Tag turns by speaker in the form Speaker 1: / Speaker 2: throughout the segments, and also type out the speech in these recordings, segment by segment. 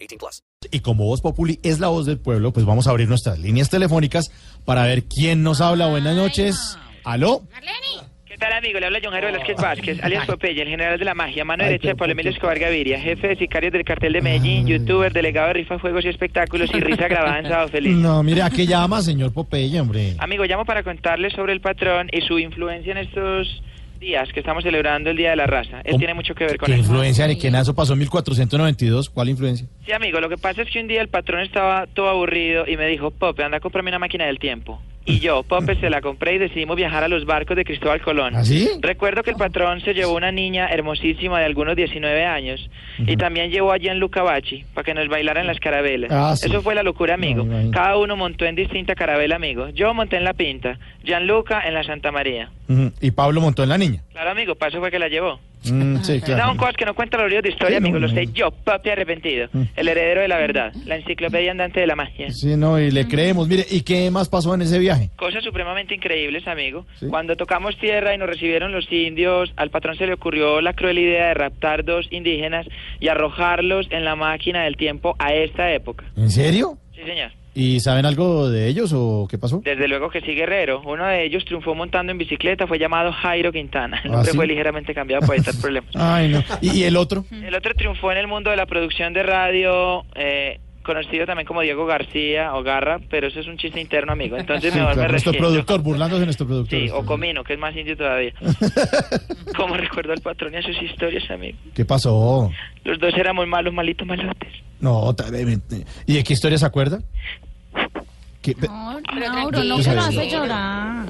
Speaker 1: 18 plus.
Speaker 2: Y como Voz Populi es la voz del pueblo, pues vamos a abrir nuestras líneas telefónicas para ver quién nos habla. Buenas noches. ¿Aló?
Speaker 3: ¿Qué tal, amigo? Le habla John Jairo
Speaker 2: Oh.
Speaker 3: Velázquez Vázquez, alias Popeye, el general de la magia, mano derecha de Pablo Emilio Escobar Gaviria, jefe de sicarios del cartel de Medellín,
Speaker 2: Ah.
Speaker 3: youtuber, delegado de rifas, juegos y espectáculos y risa grabada en sábado feliz.
Speaker 2: No, mire, ¿a qué llama, señor Popeye, hombre?
Speaker 3: Amigo, llamo para contarle sobre el patrón y su influencia en estos días que estamos celebrando el Día de la Raza. Él
Speaker 2: ¿Cómo?
Speaker 3: tiene mucho que ver con
Speaker 2: ¿Qué
Speaker 3: eso.
Speaker 2: influencia? ¿De qué nazo pasó 1492? ¿Cuál influencia?
Speaker 3: Sí, amigo, lo que pasa es que un día el patrón estaba todo aburrido y me dijo, Pope, anda a comprarme una máquina del tiempo. Y yo, Pope, se la compré y decidimos viajar a los barcos de Cristóbal Colón.
Speaker 2: ¿Ah, sí?
Speaker 3: Recuerdo que el patrón se llevó una niña hermosísima de algunos 19 años y también llevó a Gianluca Bacci para que nos bailaran las carabelas.
Speaker 2: Ah, sí.
Speaker 3: Eso fue la locura, amigo.
Speaker 2: No, me imagino.
Speaker 3: Cada uno montó en distinta carabela, amigo. Yo monté en la Pinta, Gianluca en la Santa María.
Speaker 2: Ujú, Y Pablo montó en la niña.
Speaker 3: Claro, amigo, paso fue que la llevó.
Speaker 2: Mm, sí,
Speaker 3: No,
Speaker 2: claro.
Speaker 3: son cosas que no cuentan los libros de historia,
Speaker 2: Sí, no,
Speaker 3: amigo. Lo
Speaker 2: no.
Speaker 3: sé yo, papi arrepentido. El heredero de la verdad. La enciclopedia andante de la magia.
Speaker 2: Sí, no, y le creemos. Mire, ¿y qué más pasó en ese viaje?
Speaker 3: Cosas supremamente increíbles, amigo.
Speaker 2: Sí.
Speaker 3: Cuando tocamos tierra y nos recibieron los indios, al patrón se le ocurrió la cruel idea de raptar dos indígenas y arrojarlos en la máquina del tiempo a esta época.
Speaker 2: ¿En serio?
Speaker 3: Sí, señor.
Speaker 2: ¿Y saben algo de ellos o qué pasó?
Speaker 3: Desde luego que sí, guerrero. Uno de ellos triunfó montando en bicicleta, fue llamado Jairo Quintana. El
Speaker 2: ¿Ah,
Speaker 3: nombre
Speaker 2: sí?
Speaker 3: fue ligeramente cambiado para evitar problemas.
Speaker 2: Ay, no. ¿Y, y el otro?
Speaker 3: Mm. El otro triunfó en el mundo de la producción de radio, eh, conocido también como Diego García o Garra, pero eso es un chiste interno, amigo. Entonces
Speaker 2: Sí,
Speaker 3: mejor
Speaker 2: claro,
Speaker 3: me
Speaker 2: nuestro
Speaker 3: resisto.
Speaker 2: productor, burlándose de nuestro productor.
Speaker 3: Sí, o Comino, que es más indio todavía. Como recuerdo al patrón y a sus historias, amigo.
Speaker 2: ¿Qué pasó?
Speaker 3: Los dos éramos malos, malitos, malotes.
Speaker 2: No, tal vez- ¿Y de qué historia se acuerda? ¿Qué- pe-
Speaker 4: No, Mauro, no
Speaker 2: Tú
Speaker 4: que lo
Speaker 2: sabes.
Speaker 4: hace llorar.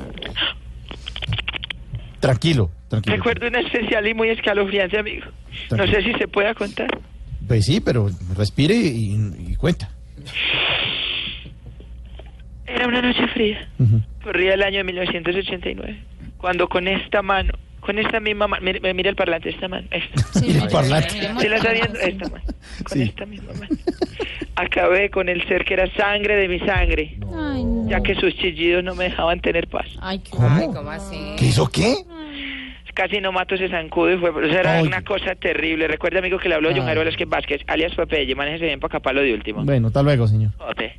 Speaker 2: Tranquilo, tranquilo.
Speaker 3: Recuerdo una especial y muy escalofriante, amigo. No
Speaker 2: Tranquilo.
Speaker 3: sé si se pueda contar.
Speaker 2: Pues sí, pero respire y, y cuenta.
Speaker 3: Era una noche fría.
Speaker 2: Ujú.
Speaker 3: Corría el año de 1989. Cuando con esta mano, con esta misma mano, mire, mire el parlante, esta mano, esta.
Speaker 2: El parlante.
Speaker 3: Sí, la está viendo esta mano, con
Speaker 2: Sí.
Speaker 3: esta misma mano. Acabé con el ser que era sangre de mi sangre,
Speaker 4: Ay, no.
Speaker 3: ya que sus chillidos no me dejaban tener paz.
Speaker 4: Ay, qué-
Speaker 2: ¿Cómo?
Speaker 5: Ay, ¿cómo así?
Speaker 2: ¿Qué hizo qué?
Speaker 3: Casi no mato ese zancudo y fue, o sea, era
Speaker 2: Oye.
Speaker 3: una cosa terrible. Recuerda, amigo, que le habló John
Speaker 2: Ay.
Speaker 3: Jairo Velázquez Vázquez, alias Popeye, manéjese bien para acá para lo de último.
Speaker 2: Bueno, hasta luego, señor.
Speaker 3: Jote.